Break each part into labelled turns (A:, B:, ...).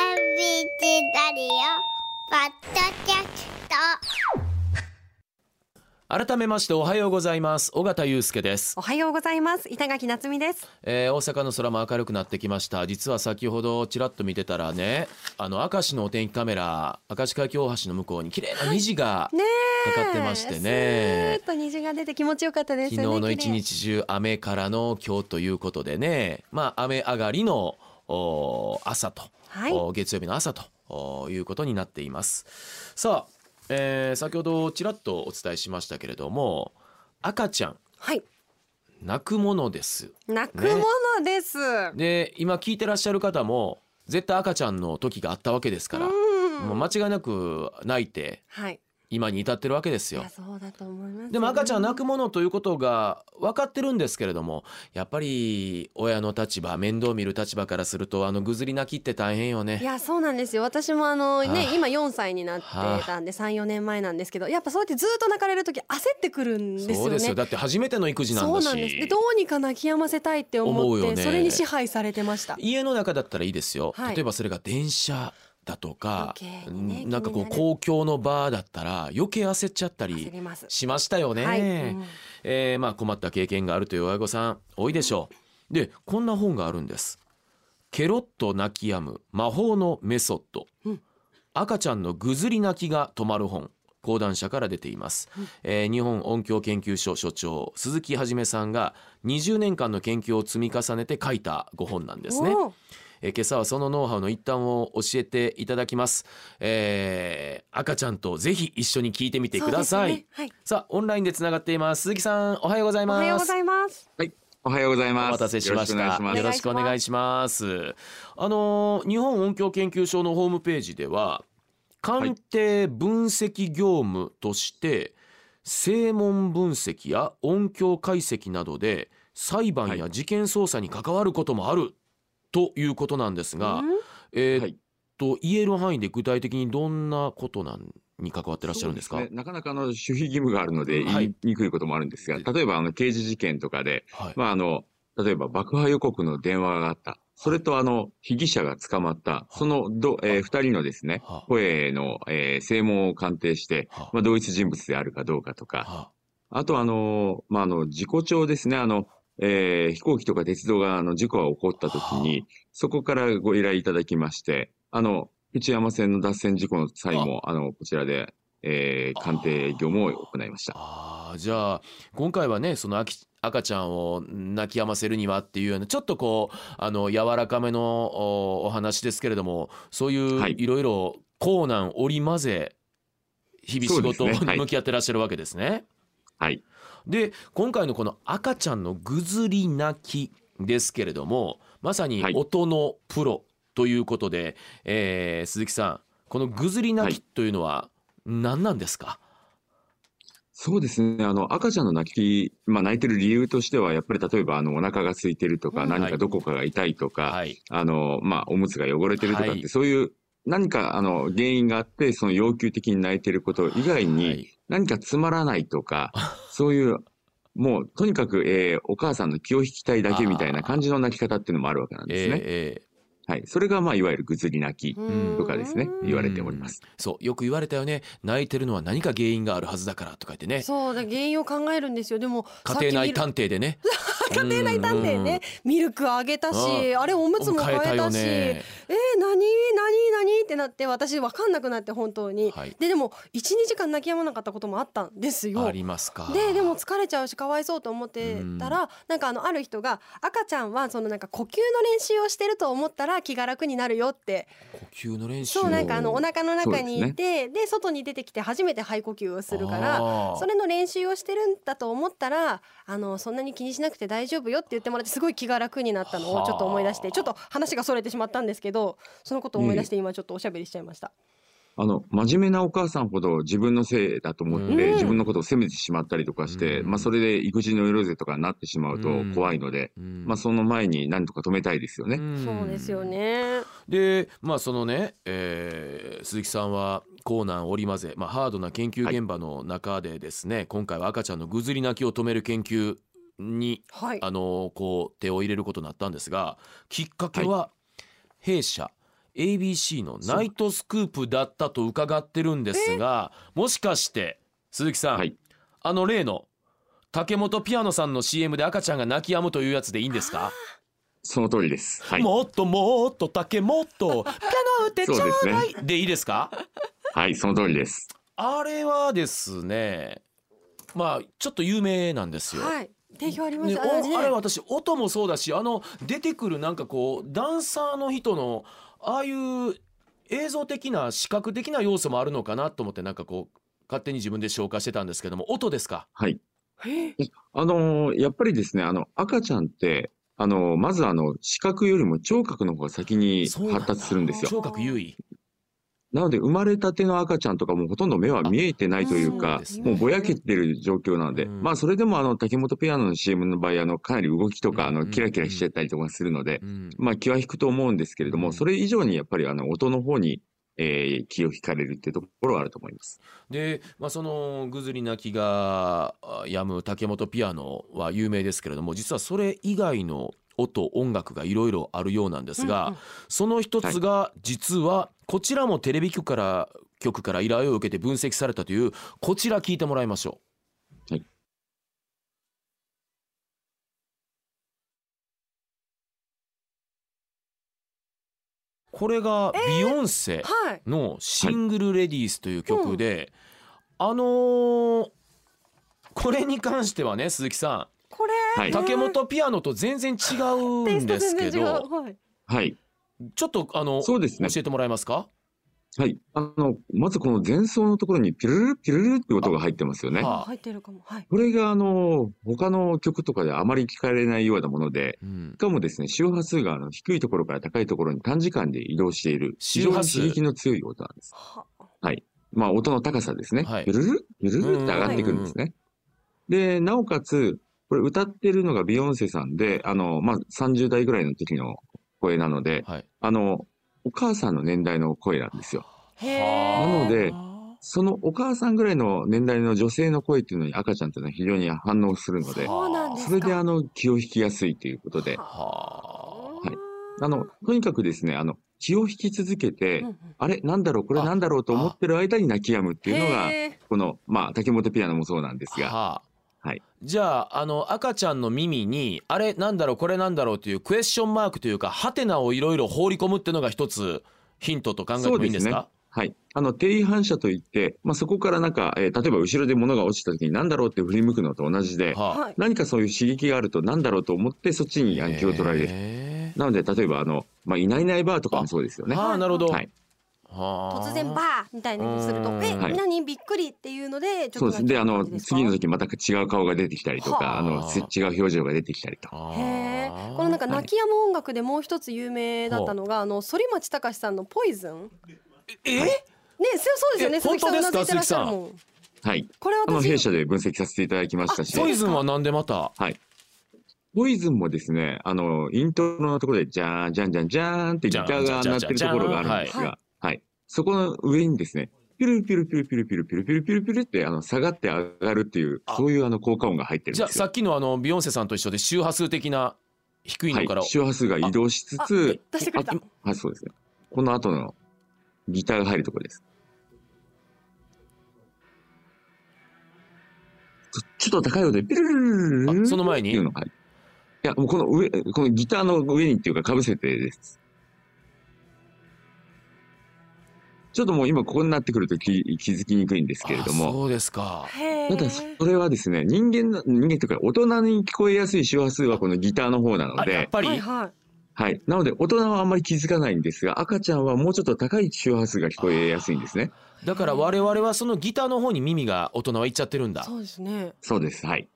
A: チラリオポッドキャスト
B: 改めましておはようございます尾形祐介です、
C: おはようございます板垣夏美です
B: えー大阪の空も明るくなってきました実は先ほどちらっと見てたらねあの明石のお天気カメラ明石海峡大橋の向こうに綺麗な虹が
C: ねえ
B: かかってましてね
C: スーッと虹が出て気持ちよかったです
B: 昨日
C: よね
B: の
C: 綺
B: 一
C: 麗
B: 日中雨からの今日ということでねまあ雨上がりのおー朝と、
C: はい
B: おー月曜日の朝とおーいうことになっていますさあ、えー先ほどちらっとお伝えしましたけれども赤ちゃん
C: はい
B: 泣くものです
C: 泣くものです、
B: で今聞いてらっしゃる方も絶対赤ちゃんの時があったわけですから、
C: うん
B: もう間違いなく泣いて
C: はい
B: 今に至ってるわけです
C: い
B: よ
C: や。そうだと思いますよね
B: でも赤ちゃんは泣くものということが分かってるんですけれどもやっぱり親の立場面倒見る立場からするとあのぐずり泣きって大変よ
C: い
B: ね。
C: やそうなんですよ私もあの
B: は
C: ね
B: あ
C: 今4歳になってたんで34年前なんですけどやっぱそうやってずっと泣かれる時焦ってくるんですよね
B: そうですよだって初めての育児なん
C: そ
B: だ
C: う
B: し
C: なんですでどうにか泣き止ませたいって
B: 思
C: 思
B: う
C: っ
B: よ
C: て
B: ね
C: それに支配されてました
B: 家の中だったらいいですよ、
C: はい
B: 例えばそれが電車だとか、
C: 余計にね
B: なんかこう
C: 気になる
B: 公共の場だったら余計焦っちゃった
C: 焦
B: り
C: ります
B: しましたよね。
C: はいうん
B: えーまあ困った経験があるという親御さん多いでしょうでこんな本があるんですケロッと泣き止む魔法のメソッド、
C: うん
B: 赤ちゃんのぐずり泣きが止まる本講談社から出ています、えー日本音響研究所所長鈴木はじめさんが20年間の研究を積み重ねて書いたご本なんですね
C: おー
B: えー今朝はそのノウハウの一端を教えていただきます、えー赤ちゃんとぜひ一緒に聞いてみてください、
C: そうですねはい
B: さあオンラインでつながっています鈴木さんおはようござい
C: お
B: ます
C: はようございます。
D: はい、おはようござい
B: お
D: ます。
B: 待たせしましたよろ
C: よろ
B: し
C: し
B: く
C: く
B: お
C: お
B: 願
C: 願
B: い
C: い
B: しますあのー日本音響研究所のホームページでは鑑定分析業務として声紋分析や音響解析などで裁判
D: は
B: や
D: い
B: 事件捜査に関わることもあるということなんですが、
C: うん
B: えー
D: は
B: っ
D: い
B: と言える範囲で具体的にどんなことなんに関わってらっしゃるんですか
D: そうねなかなかあの守秘義務があるので
B: は
D: 言
B: い
D: いにくいこともあるんですが、例えばあの刑事事件とかで、
B: はい、
D: まああの、例えば爆破予告の電話があった。それとあの、被疑者が捕まった。そのど、えー二人のですね
B: は、
D: 声の、えー声紋を鑑定して、
B: は
D: まあ同一人物であるかどうかとか、
B: は
D: あとあの、まあ、あの、事故調ですね。あの、えー飛行機とか鉄道があの事故が起こった時
B: は
D: に、そこからご依頼いただきまして、あの、内山線の脱線事故の際も、あの、こちらで、えー鑑定業務を行いました。
B: あーじゃあ今回はねそのあき赤ちゃんを泣き止ませるにはっていうようなちょっとこうあの柔らかめのおお話ですけれどもそういう
D: はい
B: いろいろ困難織り交ぜ日々仕事
D: そうですねは
B: に
D: い
B: 向き合ってらっしゃるわけですね。
D: はい。
B: で今回のこの赤ちゃんのぐずり泣きですけれどもまさに
D: はい
B: 音のプロということで、えー鈴木さんこのぐずり泣きというのは何なんですか、
D: そうですね。あの、赤ちゃんの泣き、まあ、泣いてる理由としては、やっぱり例えば、あの、お腹が空いてるとか、
C: うん
D: 何かどこかが痛いとか、
B: はい
D: あの、まあ、おむつが汚れてるとかって、
B: はい
D: そういう何か、あの、原因があって、その要求的に泣いてること以外に、
B: はい
D: 何かつまらないと か、そういう、もうとにかく、えーお母さんの気を引きたいだけみたいな感じの泣き方っていうのもあるわけなんです
B: えー
D: ね。
B: えー
D: はい。それが、まあ、いわゆるぐずり泣き
B: ん
D: とかですね、
B: ん
D: 言われております。
B: そうよく言われたよね泣いてるのは何か原因があるはずだからとか言ってね
C: そうだ原因を考えるんですよでも
B: 家庭内
C: さっ
B: 探偵でね
C: き見る家 庭内探偵ねミルクあげたしあれおむ
B: うん
C: つも変えたしえー、何何何ってなって私分かんなくなって本当に、
B: はい
C: ででも12時間泣き止まなかったこともあったんですよ
B: ありますか
C: ででも疲れちゃうしかわいそうと思ってたら、なんかあのある人が赤ちゃんはそのなんか呼吸の練習をしてると思ったら気が楽になるよって
B: 呼吸の練習
C: そうなんかあのお
B: か
C: 腹の中に
D: そう
C: いてで,、外に出てきて初めて肺呼吸をするから
B: ら
C: それの練習をしてるんだと思ったらあのそんなに気にしなくて大丈夫よって言ってもらってすごい気が楽になったの
B: はあ
C: をちょっと思い出してちょっと話がそれてしまったんですけどそのことを思い出して今ちょっとおしゃべりしちゃいました。
D: あの、真面目なお母さんほど自分のせいだと思って、
B: うん
D: 自分のことを責めてしまったりとかして、
B: うん
D: まあ、それで育児のエロゼとかになってしまうと怖いので、まあ、その前に何とか止めたいですよね。
C: そうですよね。
B: でまあそのね、えー鈴木さんはコーナー織り交ぜ、まあ、ハードな研究現場の中でですね、今回は赤ちゃんのぐずり泣きを止める研究に
C: はい。
B: あのこう手を入れることになったんですがきっかけは弊社 ABC のナイトスクープだったと伺ってるんですがもしかして鈴木さん、
D: はい
B: あの例の竹本ピアノさんの CM で赤ちゃんが泣き止むというやつでいいんですか、
D: その通りです。はい。
B: もっともっと竹本ピアノ打ってちょうだいで,、いいですか
D: はい、その通りです。
B: あれはですねまあちょっと有名なんですよ。
C: はい定評あります
B: ね、
C: あのね
B: おあれ私音もそうだしあの出てくるなんかこうダンサーの人のああいう映像的な視覚的な要素もあるのかなと思ってなんかこう勝手に自分で消化してたんですけども音ですか
D: はい。
C: へえ
D: あのーやっぱりですね、あの、赤ちゃんって、あのーまずあの、視覚よりも聴覚の方が先に
B: そうなんだ
D: 発達するんですよ。
B: 聴覚優位
D: なので、生まれたての赤ちゃんとかもうほとんど目は見えてないという
B: あそう
D: か
B: です、ね
D: もうぼやけてる状況なので、
B: うん
D: まあ、それでもあの、竹本ペアの CM の場合、あの、かなり動きとか、あ
B: うんう
D: の、
B: ん
D: キラキラしちゃったりとかするので、
B: うん
D: まあ、気は引くと思うんですけれど
B: うん
D: も、それ以上にやっぱりあの、音の方に、えー気を引かれるっていうところはあると思います。
B: で、まあ、そのぐずり泣きがあ止む竹本ピアノは有名ですけれども実はそれ以外の音音楽がいろいろあるようなんですが、
C: うんうん
B: その一つが実はこちらもテレビ局から局から依頼を受けて分析されたというこちら聞いてもらいましょう。
D: はい
B: これがビヨンセ、
C: はい
B: の「シングルレディース」という曲で、あのーこれに関してはね鈴木さ
C: これ、
D: はい
B: ん竹本ピアノと全然違
C: テ
B: う
C: イ
B: ん
C: スト
B: ですけ
C: 全然違う
B: ど
C: はい
D: はい。
B: ちょっとあの、
D: そうですね。
B: 教えてもらえますか、
D: はい。あの、まずこの前奏のところにピルルルピルルルって音が入ってますよね。
B: はあ
C: あ入ってるかもはい
D: これがあの、他の曲とかであまり聞かれないようなもので、
B: うん
D: し、かもですね、周波数があの低いところから高いところに短時間で移動している、非
B: 周
D: 常
B: 波
D: に
B: 数
D: 刺激の強い音なんです。
C: は
D: まあ、音の高さですね。
B: はい
D: ピルルルピルルルって上がってくるんですね。で、なおかつ、これ歌ってるのがビヨンセさんで、あの、まあ、30代ぐらいの時の声なので、
B: はい、
D: あの、お母さんの年代の声なんですよ。
C: へえ
B: はあ
D: なのでそのお母さんぐらいの年代の女性の声っていうのに赤ちゃんっていうのは非常に反応するので、
C: そうなんです
D: そ
C: か
D: れであの気を引きやすいということで、
B: はあ
D: いあの、とにかくですね、あの、気を引き続けて、
C: うんうん
D: あれなんだろうこれなんだろうと思ってる間に泣き止むっていうのが、
C: へえ
D: この、まあ、竹本ピアノもそうなんですが、
B: はあ
D: はい
B: じゃああの赤ちゃんの耳にあれなんだろうこれなんだろうというクエスチョンマークというかハテナをいろいろ放り込むっていうのが一つヒントと考えてもいいんですか
D: はい。あの、定位反射といって、まあ、そこからなんか、えー例えば後ろで物が落ちた時になんだろうって振り向くのと同じで、
B: はあ
C: はい
D: 何かそういう刺激があるとなんだろうと思ってそっちにあの気を取られる。
B: へ
D: なので、例えば、あの、まあ、いないいないバーとかもそうですよ
B: ー
D: ね。
B: ああなるほど、
D: はい
B: はあ
C: 突然バーみたいなのする
B: う
C: と
B: ん
C: 「え
B: はい
C: 何びっくり」っていうのでち
D: そ
C: ょっ
D: うで
C: と
D: す。で、あの
C: 泣き止む感じ、すか
D: 次の時また違う顔が出てきたりと
C: は
D: か、
B: あ
D: あの、せ違う表情が出てきたりと。
C: へえこのなんか泣き止む音楽でもう一つ有名だったのがあの反町隆史さんの「ポイズン」
B: え
C: ねそうそうですよ
B: え
C: ね鈴木さんう
B: 本
C: な
B: 当
C: ず
B: で
C: い
B: す
C: て
B: か
C: らっしゃるもん
D: はい。
C: これ
D: あの、
C: 私
D: 弊社で分析させていただきましたし
C: あ、
B: ポイズンはなんでまた
D: ポイズンもですね、あの、イントロのところで、じゃーん、じゃんじゃんじゃーんってギターが鳴ってるところがあるんです
C: じゃんじゃんじゃんじゃんは
D: が、はい。そこの上にですね、ピュルピュルピュルピュルピュルピュルピュルピュルピュルって、あの、下がって上がるっていう
B: あ、
D: そういうあの、効果音が入ってるん
B: じゃあ
D: ですよ。
B: さっきのあのビヨンセさんと一緒で周波数的な低い
D: は
B: の
D: い
B: から、。
D: 周波数が移動しつつ、
C: 出してくれた
D: あはい、そうですね。この後のギターが入るところです。ちょちょっと高いので、ピルルルルルル
B: あその前に
D: っていうのが入るいや、もうこの上、このギターの上にっていうか被せてです。ちょっともう今ここになってくると気気づきにくいんですけれど
B: あ
D: も、
B: そうですか
C: へえ
D: ただそれはですね、人間の、人間というか大人に聞こえやすい周波数はこのギターの方な
B: あ
D: の
B: やっ
D: で、
B: ぱり、
C: はいはい
D: はい。なので、大人はあんまり気づかないんですが、赤ちゃんはもうちょっと高い周波数が聞こえやすいんですね。
B: だから我々はそのギターの方に耳が大人は行っちゃってるんだ
C: そうですね
D: そうです。はい。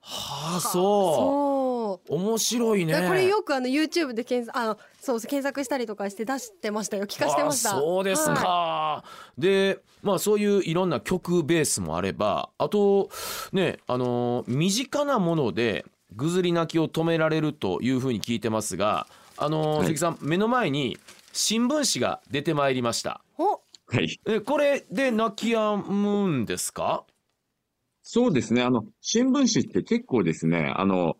B: はあそ
C: そ
B: う
C: う
B: 面白い
C: い
B: ね
C: やこれよくあの YouTube で検索あのそう検索したりとかして出してましたよ聞かしてました
B: あそうですか、
C: は
B: でまあそういういろんな曲ベースもあればあとねあのー身近なものでぐずり泣きを止められるというふうに聞いてますがあのー
D: はい
B: 関さん目の前に新聞紙が出てまいりました
C: いお
D: はい。
B: えこれで泣き止むんですか
D: そうですね。あの、新聞紙って結構ですね、あの、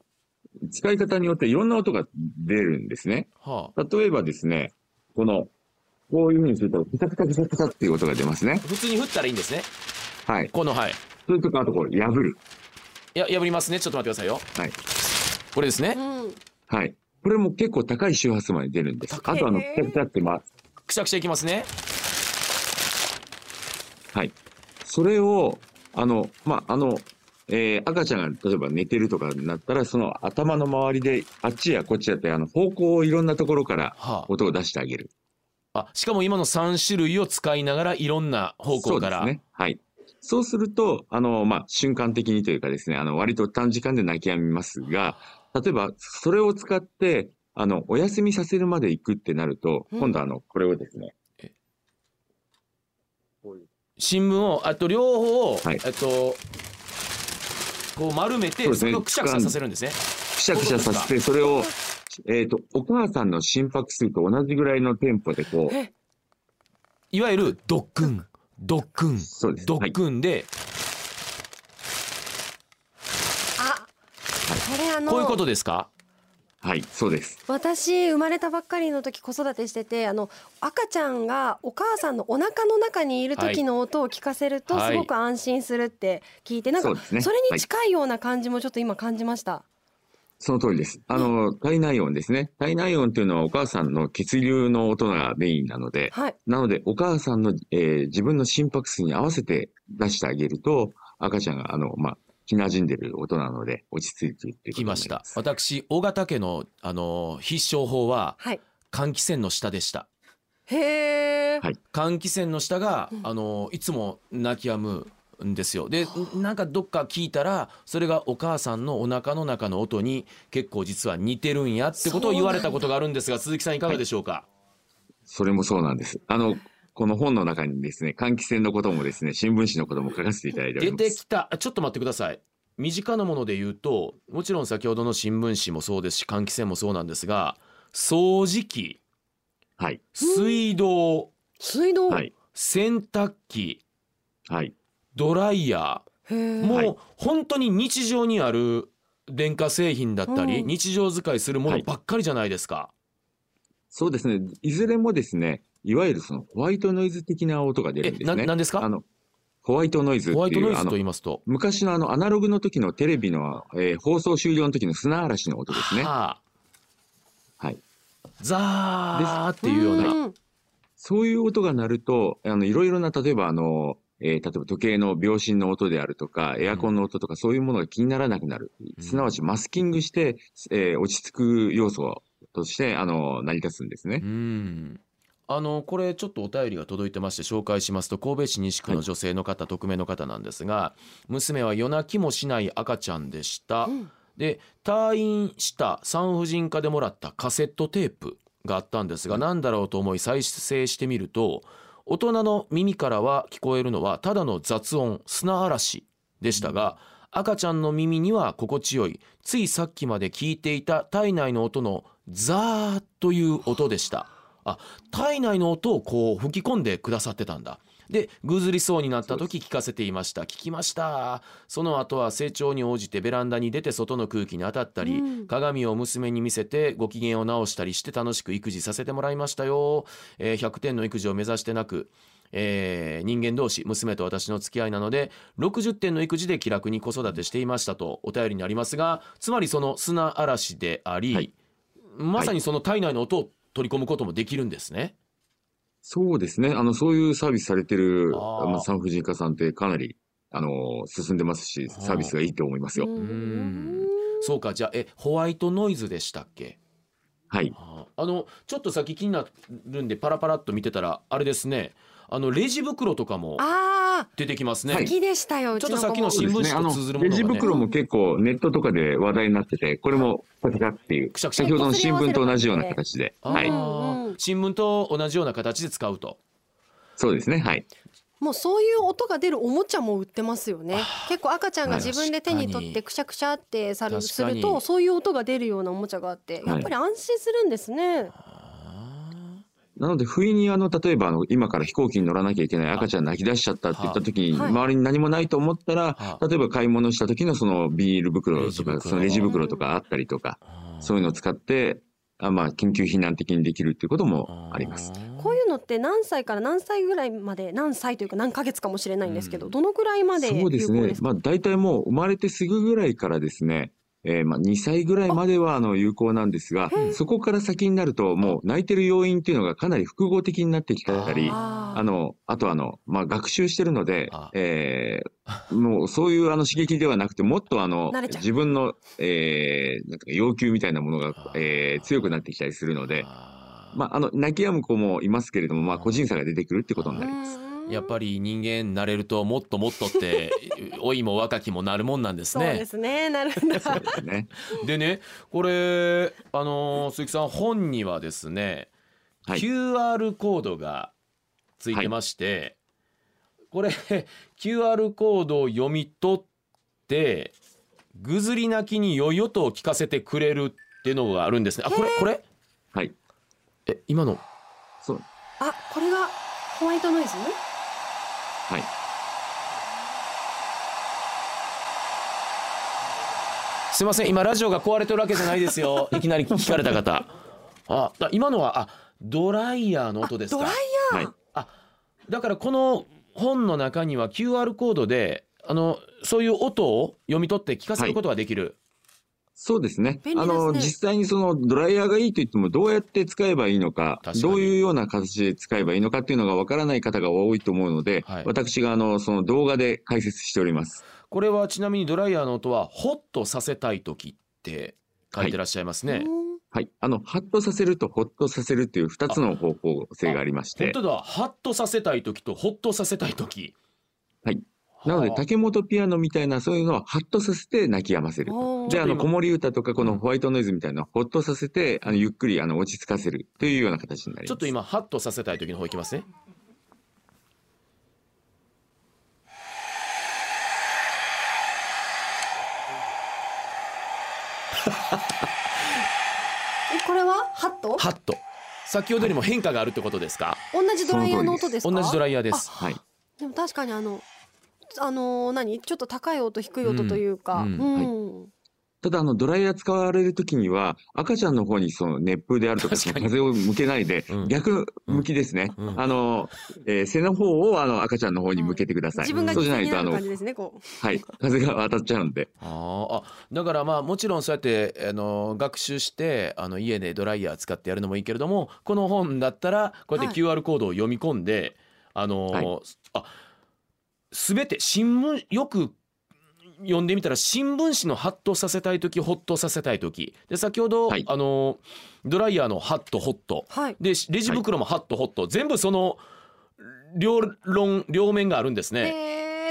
D: 使い方によっていろんな音が出るんですね。
B: は
D: 例えばですね、この、こういうふうにすると、ピタピタピタピタっていう音が出ますね。
B: 普通に振ったらいいんですね
D: はい。
B: このはい
D: それとか、あとこれ、破る。
B: いや破りますねちょっと待ってくださいよ
D: はい。
B: これですね
C: うん。
D: はい。これも結構高い周波数まで出るんです。あとあの、ピタピタってます。
B: くしゃくしゃいきますね
D: はい。それを、あの、まあ、あの、えー赤ちゃんが例えば寝てるとかになったら、その頭の周りで、あっちやこっちやって、あの、方向をいろんなところから
B: は
D: 音を出してあげる。
B: ああしかも今の3種類を使いながらいろんな方向から
D: そうですね。はい。そうすると、あの、まあ、瞬間的にというかですね、あの、割と短時間で泣き止みますが、例えば、それを使って、あの、お休みさせるまで行くってなると、
C: うん
D: 今度あの、これをですね
B: え、
D: こういう
B: 新聞をあと両方を、
D: はい
B: えっとこう丸め
D: そう
B: て
D: です
B: そ
D: ね
B: れをくしゃくしゃさせるんですね
D: くしゃくしゃさせて、それを、えっ、と、お母さんの心拍数と同じぐらいのテンポでこう、
C: え、
B: いわゆるドックンドックン
D: そうです。
B: ド
D: は
B: ッ
D: い。
B: クンで、
C: あ、これあの。
B: こういうことですか
D: はい、そうです。
C: 私生まれたばっかりの時子育てしててあの赤ちゃんがお母さんのお腹の中にいる時の音を聞かせると
B: はい
C: すごく安心するって聞いて、なん
D: そう
C: か
D: ですね
C: それ
D: は
C: に
D: い
C: 近いような感じもちょっと今感じました。
D: その通りです。あの、体内音ですね。体内音というのはお母さんの血流の音がメインなので、
C: はい、
D: なので、お母さんの、えー自分の心拍数に合わせて出してあげると、赤ちゃんが、あの、まあ、ひなじんでる音なので、落ち着いていっていうこと
B: 来
D: にな
B: ま
D: り
B: した。私尾形家のあの必勝法は
C: はい、
B: 換気扇の下でした
C: へえ、
D: はい
B: 換気扇の下が、
C: うん
B: あのいつも泣き止むんですよで
C: は
B: なんかどっか聞いたらそれがお母さんのお腹の中の音に結構実は似てるんやってことを言われたことがあるんですが鈴木さんいかがでしょうか、
D: それもそうなんです。あの、この本の中にですね、換気扇のこともですね、新聞紙のことも書かせていただいており
B: 出
D: ます。
B: てきたあちょっと待ってください身近なもので言うともちろん先ほどの新聞紙もそうですし換気扇もそうなんですが掃除機
D: はい。
B: 水道
C: 水道、
D: はい。
B: 洗濯機
D: はい。
B: ドライヤ
C: へえ、
B: ーも
D: は
B: う
D: い
B: 本当に日常にある電化製品だったり、
C: うん
B: 日常使いするものばっかりじゃないですか、
D: そうですね。いずれもですね、いわゆるそのホワイトノイズ的な音が出るん
B: え
D: です
B: な
D: ね。
B: なんです
D: あ
B: か
D: の、ホワイトノイズっ
B: ホワイ
D: て
B: ト
D: い
B: ノイ
D: う、
B: ズ
D: あ
B: と言
D: の、
B: いますと
D: 昔のあの、アナログの時のテレビの、えー放送終了の時の砂嵐の音ですね。
B: はあ
D: はい
B: ザーっていうような
C: うん
D: そういう音が鳴ると、あの、いろいろな、例えばあの、えー例えば時計の秒針の音であるとか、エアコンの音とか、そういうものが気にならなくなる。
B: うん
D: すなわちマスキングして、えー落ち着く要素として、あの、成り立つんですね
B: う。んあのこれちょっとお便りが届いてまして紹介しますと神戸市西区の女性の方、匿名の方なんですが娘は夜泣きもしない赤ちゃんでした、
C: うん
B: で退院した産婦人科でもらったカセットテープがあったんですが、何だろうと思い再生してみると大人の耳からは聞こえるのはただの雑音砂嵐でしたが、赤ちゃんの耳には心地よいついさっきまで聞いていた体内の音のザーという音でした。あ体内の音をこう吹き込んでくださってたんだ。でぐずりそうになった時聞かせていました聞きましたその後は成長に応じてベランダに出て外の空気に当たったり、
C: うん
B: 鏡を娘に見せてご機嫌を直したりして楽しく育児させてもらいましたよ、えー100点の育児を目指してなく、えー人間同士娘と私の付き合いなので60点の育児で気楽に子育てしていましたとお便りにありますがつまりその砂嵐であり、
D: はい
B: まさにその体内の音を取り込むこともできるんですね。
D: そうですね。あの、そういうサービスされてる、
B: あー
D: まあ、産婦人科さんってかなり、あの、進んでますし、
B: あー
D: サービスがいいと思いますよ。
B: んそうかじゃあえホワイトノイズでしたっけ
D: はい。
B: あーあのちょっと先気になるんでパラパラっと見てたらあれですねあのレジ袋とかも
C: ああ、
B: 出てきますね、
D: はい
C: 木でしたよ。うの子も
B: ちょっとさっきの
D: そう
B: 新聞
D: です
B: 紙と
D: ね。あの
B: 通ずる、もの
D: レ
B: がね
D: ジ袋も結構ネットとかで話題になってて、これも、パチパチっていう、
B: くしゃくしゃ
D: 先ほどの新聞と同じような形で。
B: あー
D: はい。
C: うんうん
B: 新聞と同じような形で使うと
D: そうですね。はい。
C: もうそういう音が出るおもちゃも売ってますよね。結構赤ちゃんが自分で手に取ってくしゃくしゃってさる
B: 確
C: す
B: かに
C: るとそういう音が出るようなおもちゃがあって
D: い
C: やっぱり安心するんですね。
D: なので、不意にあの、例えばあの、今から飛行機に乗らなきゃいけない赤ちゃん泣き出しちゃったって言った時に、
C: はい
D: 周りに何もないと思ったら
B: は、
D: 例えば買い物した時のそのビール
B: レ
D: 袋と
B: ジ袋
D: か、そのレジ袋とかあったりとか、
B: あー
D: そういうのを使って、あまあ、緊急避難的にできるっていうこともあります。
C: こういうのって何歳から何歳ぐらいまで何歳というか何ヶ月かもしれないんですけど、
B: うん
C: どのぐらいまで有
D: そう
C: 効
D: で
C: ですすか
D: ね。まあ、大体もう生まれてすぐぐらいからですね、えーまあ、2歳ぐらいまではあの有効なんですが、そこから先になると、もう泣いてる要因っていうのがかなり複合的になってきたり、
C: あー
D: あの、あとあの、まあ、学習してるので
B: あ、
D: えーもうそういうあの刺激ではなくて、もっとあの
C: 慣れ、ちゃう
D: 自分の、えーなんか要求みたいなものが
B: あ、ー
D: えー強くなってきたりするので、
B: あー
D: まあ、あの、泣き止む子もいますけれども、まあ、個人差が出てくるってことになります。
C: うん
B: やっぱり人間慣れるともっともっとって 老いも若きもなるもんなんです
C: そうで
B: ね。
C: すねなる んだ
D: そうですね。
B: でねこれあのー鈴木さん本にはですね、
D: はい
B: QR コードがついてまして、これ QR コードを読み取ってぐずり泣きによい音を聞かせてくれるっていうのがあるんですね。あこれこれ
D: はい。
B: え今の
D: そう。
C: あこれがホワイトノイズ
D: はい。
B: すいません今ラジオが壊れてるわけじゃないですよいきなり聞かれた方あだ今のはあドライヤーの音です
C: ド
B: か
C: ライヤ
D: は
C: ー、
D: い。
B: だからこの本の中には QR コードであのそういう音を読み取って聞かせることができる、
D: そうですね。
C: 便利
D: あ
C: ですね
D: の、実際にそのドライヤーがいいと言っても、どうやって使えばいいのか
B: 確かに
D: どういうような形で使えばいいのかっていうのがわからない方が多いと思うので、
B: はい
D: 私があの、その動画で解説しております。
B: これはちなみにドライヤーの音はホッとさせたい時って書いてらっしゃいますね、
C: うん
D: はい。あの、ハッとさせるとホッとさせるっていう二つの方向性がありまし
B: 本
D: て、
B: 当だハッとさせたい時とホッとさせたい時
D: はいなので、
B: はあ
D: 竹本ピアノみたいな、そういうのはハッとさせて泣き止ませる。
C: おー
D: で、あ
B: ちょっと今
D: の、子守歌とか、このホワイトノイズみたいなのをホッとさせて、あの、ゆっくり、あの、落ち着かせるというような形になります。
B: ちょっと今ハッとさせたい時の方いきますね
C: えこれはハット
B: ハッと先ほどよりも変化があるってことですか
C: 同じドライヤーの音ですか
B: 同じドライヤーで
C: あ
B: す
D: はい。
C: でも確かにあのあのー何ちょっと高い音低い音というか、
B: うん
C: うん
D: ただ、あの、ドライヤー使われるときには、赤ちゃんの方にその熱風であるとか、そ
B: 確
D: の
B: かに
D: 風を向けないで、
B: うん
D: 逆向きですね。
B: うん
D: あの、えー背の方をあの赤ちゃんの方に向けてください。
C: 自分が
D: そ
C: 犠
D: うじゃな
C: 牲
D: い
C: に
D: と、
C: な
D: あ
C: る
D: の
C: 感、じですねこう
D: はい、風が当たっちゃうんで。
B: あーあだからまあもちろんそうやってあの学習してあの家でドライヤー使ってやるのもいいけれどもこの本だったらこうやって QR コードを読み込んで、あのー
D: は
B: あすべて新聞よく読んでみたら新聞紙のハッとさせたい時ホッとさせたい時で先ほど、
D: はい
B: あのードライヤーのハッとホッと
C: はい
B: でレジ袋もハッとホッと、全部その両論両面があるんですね。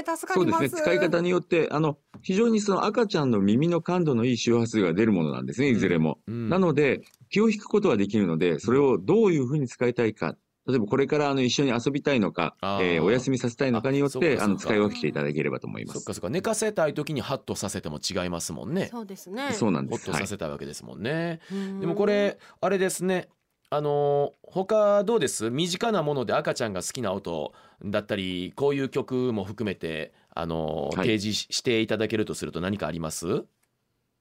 C: えー、助か
D: そう
C: り
D: で
C: ますす
D: ね。使い方によって、あの、非常にその赤ちゃんの耳の感度のいい周波数が出るものなんですね、いずれも。
B: うん
D: なので、気を引くことはできるので、それをどういうふうに使いたいか、例えばこれからあの一緒に遊びたいのか、
B: あー
D: えーお休みさせたいのかによっ
B: あそう
D: て、
B: か
D: あの
B: そうか
D: 使い分けていただければと思いま
B: そっ
D: す。
B: かそっか寝かせたい時にハッとさせても違いますもんね。
C: そうですね
D: そうなん
B: ホ
D: で
B: ッ
D: す。
B: と
D: は
B: さ
D: い。
B: せたいわけですもんね。
C: うん
B: でもこれあれですね。あのー他どうです身近なもので赤ちゃんが好きな音だったりこういう曲も含めて、あのー
D: はい
B: 提示ししていただけるとすると何かあります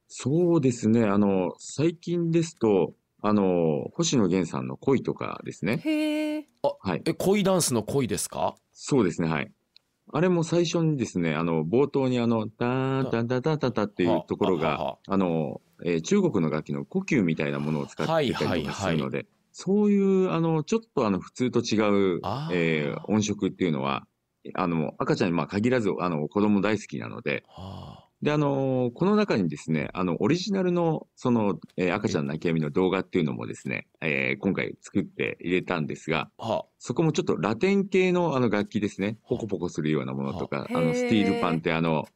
D: そうですね。あの、最近ですと、あの、星野源さんの恋とかですね。
C: へえ
D: はい。
B: え恋ダンスの恋ですか
D: そうですね。はい。あれも最初にですね、あの、冒頭にあの、ダーンダンダダダダっていうところ
B: はは
D: が、
B: は
D: あの、えー中国の楽器の呼吸みたいなものを使っていたりとかするので、そういう、あの、ちょっとあの、普通と違う
B: あ、ー
D: えー音色っていうのは、あの、赤ちゃんにまあ限らず、あの、子供大好きなので、
B: は
D: で、あのーこの中にですね、あの、オリジナルの、その、えー赤ちゃんの泣き止みの動画っていうのもですね、えー今回作って入れたんですが、
B: あは
D: そこもちょっとラテン系のあの楽器ですね、ポコポコするようなものと
C: あ
D: か、あ
C: へー
D: の、スティールパンってあの、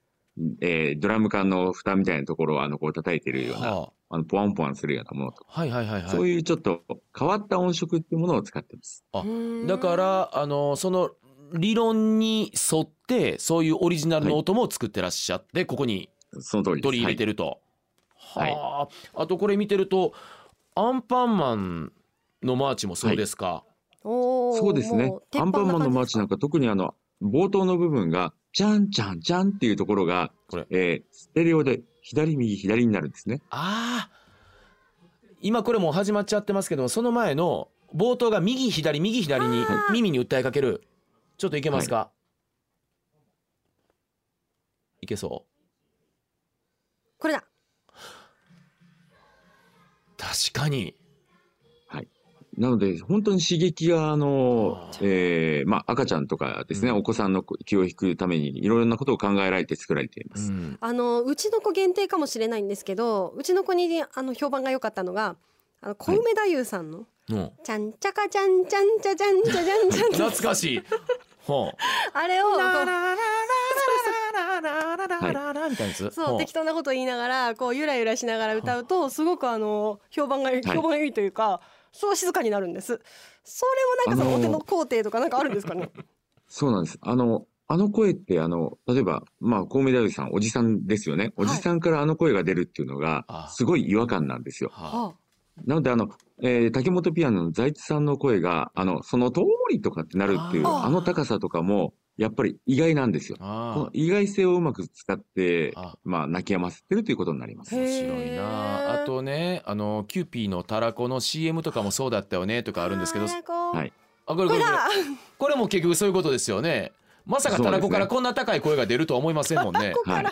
D: えードラム缶の蓋みたいなところをあの、こう叩いてるような、
B: は
D: あの、ポワンポワンするようなものとか、
B: はいはいはいはい
D: そういうちょっと変わった音色っていうものを使ってます。
B: あだからあのその理論に沿ってそういうオリジナルの音も作ってらっしゃって、ここに
D: その通りです。
B: 取り入れてると。は
D: はい
B: あ、あとこれ見てるとアンパンマンのマーチもそうですか。
C: おー
D: そうですね
C: も。鉄
D: ア
C: 板
D: ン
C: な
D: パンマンのマー
C: 感じ
D: チなんか特にあの、冒頭の部分が、じゃんじゃんじゃんっていうところが
B: これ、
D: えーステレオで左右左になるんですね。
B: ああ今これもう始まっちゃってますけどもその前の冒頭が右左右左に
C: はい
B: 耳に訴えかけるちょっといけますか、い、けそう
C: これだ
B: 確かに
D: なので、本当に刺激が、あの
B: あ、
D: えーまあ、赤ちゃんとかですね、
B: うん
D: お子さんの気を引くために、いろいろなことを考えられて作られていま
B: う
D: す。
B: ん
C: あのうちの子限定かもしれないんですけどうちの子にあの評判が良かったのがあの小梅太夫さんの、
B: うん
C: ちゃんちゃかちゃんちゃんちゃちゃんちゃちゃんちゃんちゃ
B: 懐かしいほう
C: あれをこう
B: みたいなやつ
C: そう適当なこと言いながらこうゆらゆらしながら歌うとすごくあの評判が評判がいいというか、そう静かになるんです。それもなんかその
D: あ
C: お
D: のー
C: 手の工程とかなんかあるんですかね。
D: そうなんです。あの、あの声って、あの、例えば、まあ、コウメ太夫さん、おじさんですよね。おじさんからあの声が出るっていうのが
B: あ、
D: すごい違和感なんですよ。
B: は
D: なので、あの、えー竹本ピアノの財津さんの声が、あの、その通りとかってなるっていう、
B: あー
D: あの高さとかも、やっぱり意外なんですよ。こ
B: あ
D: の意外性をうまく使って、
B: あ
D: まあ、泣き止ませてるということになります。
C: へ
B: 面
C: ー
B: 白いなあとねあのキューピーのたらこの CM とかもそうだったよねとかあるんですけど
C: たらこ
D: はい
B: あこれ
C: こ
B: こ
C: れ
B: れこれ
C: だ。
B: これも結局そういうことですよねまさかたらこからこんな高い声が出るとは思いませんもんね
D: はい。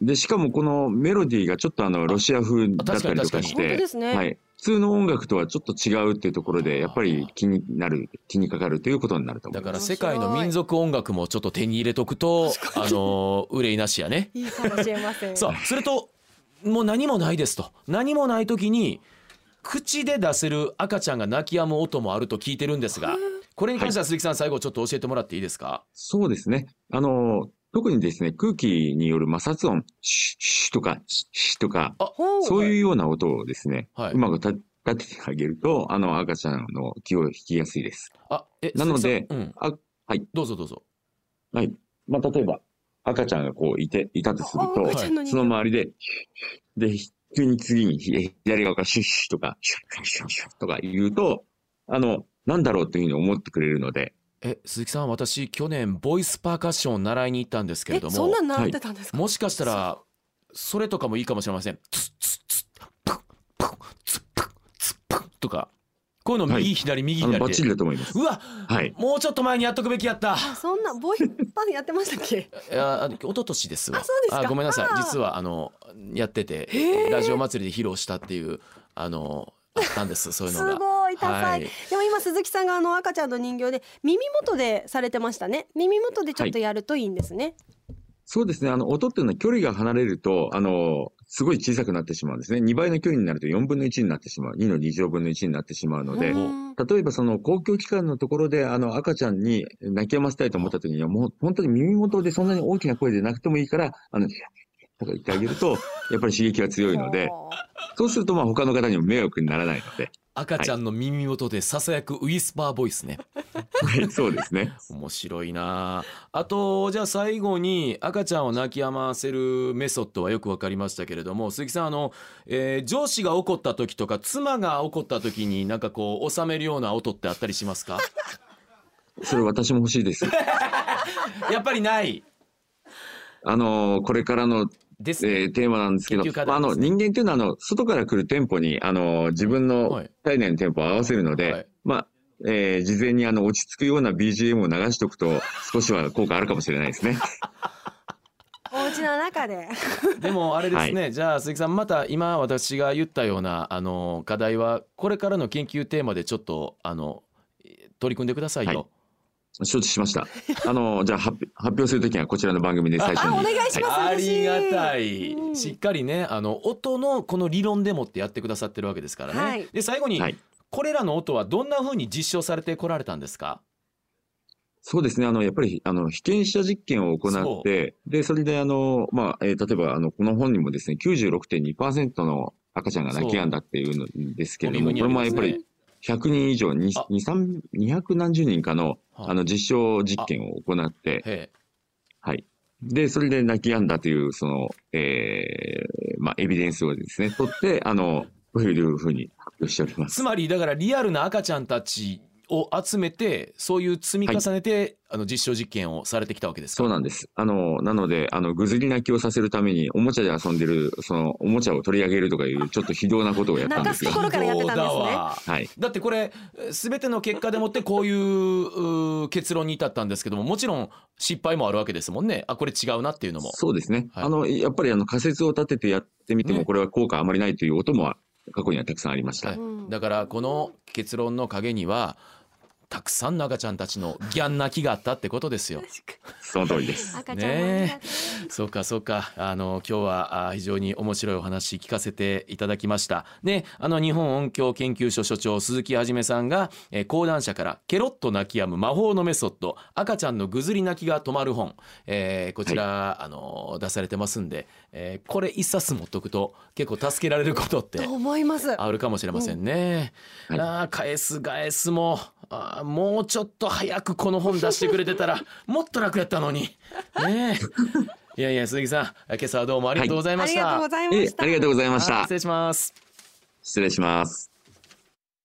D: で、しかもこのメロディーがちょっとあの、ロシア風だったりとかし
C: 本当
D: て
C: で、すね。
D: はい。普通の音楽とはちょっと違うっていうところで、やっぱり気になる、気にかかるということになると思
B: だ
D: いま
B: か
D: す。
B: ら世界の民族音楽もちょっと手に入れとくとあの憂いなしやね
C: いいかもしれません。
B: そうするともう何もないですと何もない時に口で出せる赤ちゃんが泣き止む音もあると聞いてるんですがこれに関しては鈴木さん最後ちょっと教えてもらっていいですか
D: そうですね。あの、特にですね、空気による摩擦音、シュッシュッとか、シュッシュッとか、
C: ほう
D: そういうような音をですね、
B: はいう
D: まく立立ててあげると、あの、赤ちゃんの気を引きやすいです。
B: あえ
D: なの
B: 鈴
D: で
B: 木さんうん
D: あ、はい。
B: どうぞどうぞ
D: はい。まあ、例えば、赤ちゃんがこういて、いたとすると、
C: あ赤ちゃんの
D: その周りで、で、急に次にひ左側からシュッシュとか、シュッシュッシュッとか言うと、あの、なんだろうというふうに思ってくれるので、
B: え鈴木さん私去年ボイスパーカッションを習いに行ったんですけれ
C: え
B: ども
C: そんなん習ってたんですか。
B: もしかしたらそれとかもいいかもしれません。ツッツッツップンプンツップンツップンとかこういうの
D: は
B: 右
D: い
B: 左右
D: あの、
B: 左
D: バッチ
B: で
D: リだと思います。
B: うわ
D: はい。
B: もうちょっと前にやっとくべきやった。
C: あそんなボイパンやってましたっけ。
B: いやあの一昨年ですわ
C: あそうですか
B: ごめんなさい
C: あー
B: 実はあのやってて
C: へー
B: ラジオ祭りで披露したっていうあのあったんです そういうの
C: す
B: が。
C: ごい多彩、
B: はい
C: でも今鈴木さんがあの赤ちゃんの人形で耳元でされてましたね耳元でちょっとやるといいんですね、
D: そうですね。あの、音っていうのは距離が離れると、あの、すごい小さくなってしまうんですね。2倍の距離になると4分の1になってしまう。2の2乗分の1になってしまうので
C: う、ん
D: 例えばその公共機関のところであの赤ちゃんに泣き止ませたいと思った時にはもう本当に耳元でそんなに大きな声で泣くてもいいから、あの、とか言ってあげ ると、やっぱり刺激が強いので、そうするとまあ他の方にも迷惑にならない ので、
B: 赤ちゃんの耳元でささやくウィスパーボイスね。
D: はい、そうですね。
B: 面白いなああとじゃあ最後に赤ちゃんを泣き止ませるメソッドはよくわかりましたけれども鈴木さんあの、えー上司が怒った時とか妻が怒った時になんかこう収めるような音ってあったりしますか
D: それ私も欲しいです。
B: やっぱりない
D: あのこれからの
B: ですね、
D: えーテーマなんですけど、
B: 研究課題
D: まあ、あの
B: ですね
D: 人間っていうのはあの外から来る店舗にあの自分
B: は
D: の
B: い
D: 体内の店舗を合わせるので、
B: はい
D: まあえー事前にあの落ち着くような BGM を流しておくと少しは効果あるかもしれないですね。
C: お家の 中で
B: でもあれですね、じゃあ鈴木さんまた今私が言ったようなあの課題はこれからの研究テーマでちょっとあの取り組んでくださいよ。
D: はい承知しました。あのじゃあ発表発表するときはこちらの番組で最初に。
C: あお願いします
D: は
B: ありがたい、
C: うん
B: しっかりねあの音のこの理論でもってやってくださってるわけですからね、
C: はい
B: で最後に、
D: はい
B: これらの音はどんな風に実証されてこられたんですか
D: そうですね。あの、やっぱり、あの、被験者実験を行って、で、それで、あの、まあ、えー例えば、あの、この本にもですね、96.2%の赤ちゃんが泣き止んだっていうのですけれども、
B: そう
D: これもやっぱ
B: お見
D: り、100人以上、に
B: あ
D: にさん200何十人かの、
B: はい
D: あの、実証実験を行って、
B: へ
D: はい。で、それで泣き止んだという、その、えーまあ、エビデンスをですね、取って、あの、こういうふうに発表しておりま
B: えつ
D: す。
B: まりだからリアルな赤ちゃんたちを集めてそういう積み重ねて、あの実証実験をされてきたわけですか
D: そうなんです。あの、なので、あの、ぐずり泣きをさせるために、おもちゃで遊んでる、その、おもちゃを取り上げるとかいう、ちょっと非道なことをやったんです
C: 泣かすとこ
D: が。
C: ろからやってたんですね
B: そうだわ
D: はい。
B: だってこれ全ての結果でもってこういううー結論に至ったんですけどももちろん失敗もあるわけですもんねあこれ違うなっていうのも
D: そうですね。
B: はい
D: あの、やっぱりあの、仮説を立ててやってみて
B: ね
D: も、これは効果あまりないという音も、過去にはたくさんありました。
B: はい
C: うん
B: だからこの結論の陰にはたくさんの赤ちゃんたちのギャン泣きがあったってことですよ。
D: その通りで す。
C: 赤ちゃんもありがと う
B: そうかそうかあの今日はあ非常に面白いお話聞かせていただきました。ねあの日本音響研究所所長鈴木はじめさんが、えー講談社から「ケロッと泣き止む魔法のメソッド赤ちゃんのぐずり泣きが止まる本」えーこちら、あの出されてますんで、えーこれ一冊持っとくと結構助けられることって
C: と思います。
B: あるかもしれませんね。
D: うん
B: ああ返す返すもあーもうちょっと早くこの本出してくれてたら もっと楽やったのに。ねえ。いやいや鈴木さん今朝はどうもありがとうござい
C: あ
B: まし
C: り
B: た。
C: がとうございま
D: ええ
C: し、た
D: あ。りがとうございまし
B: はい
D: た
B: 失。礼します。
D: 失礼します。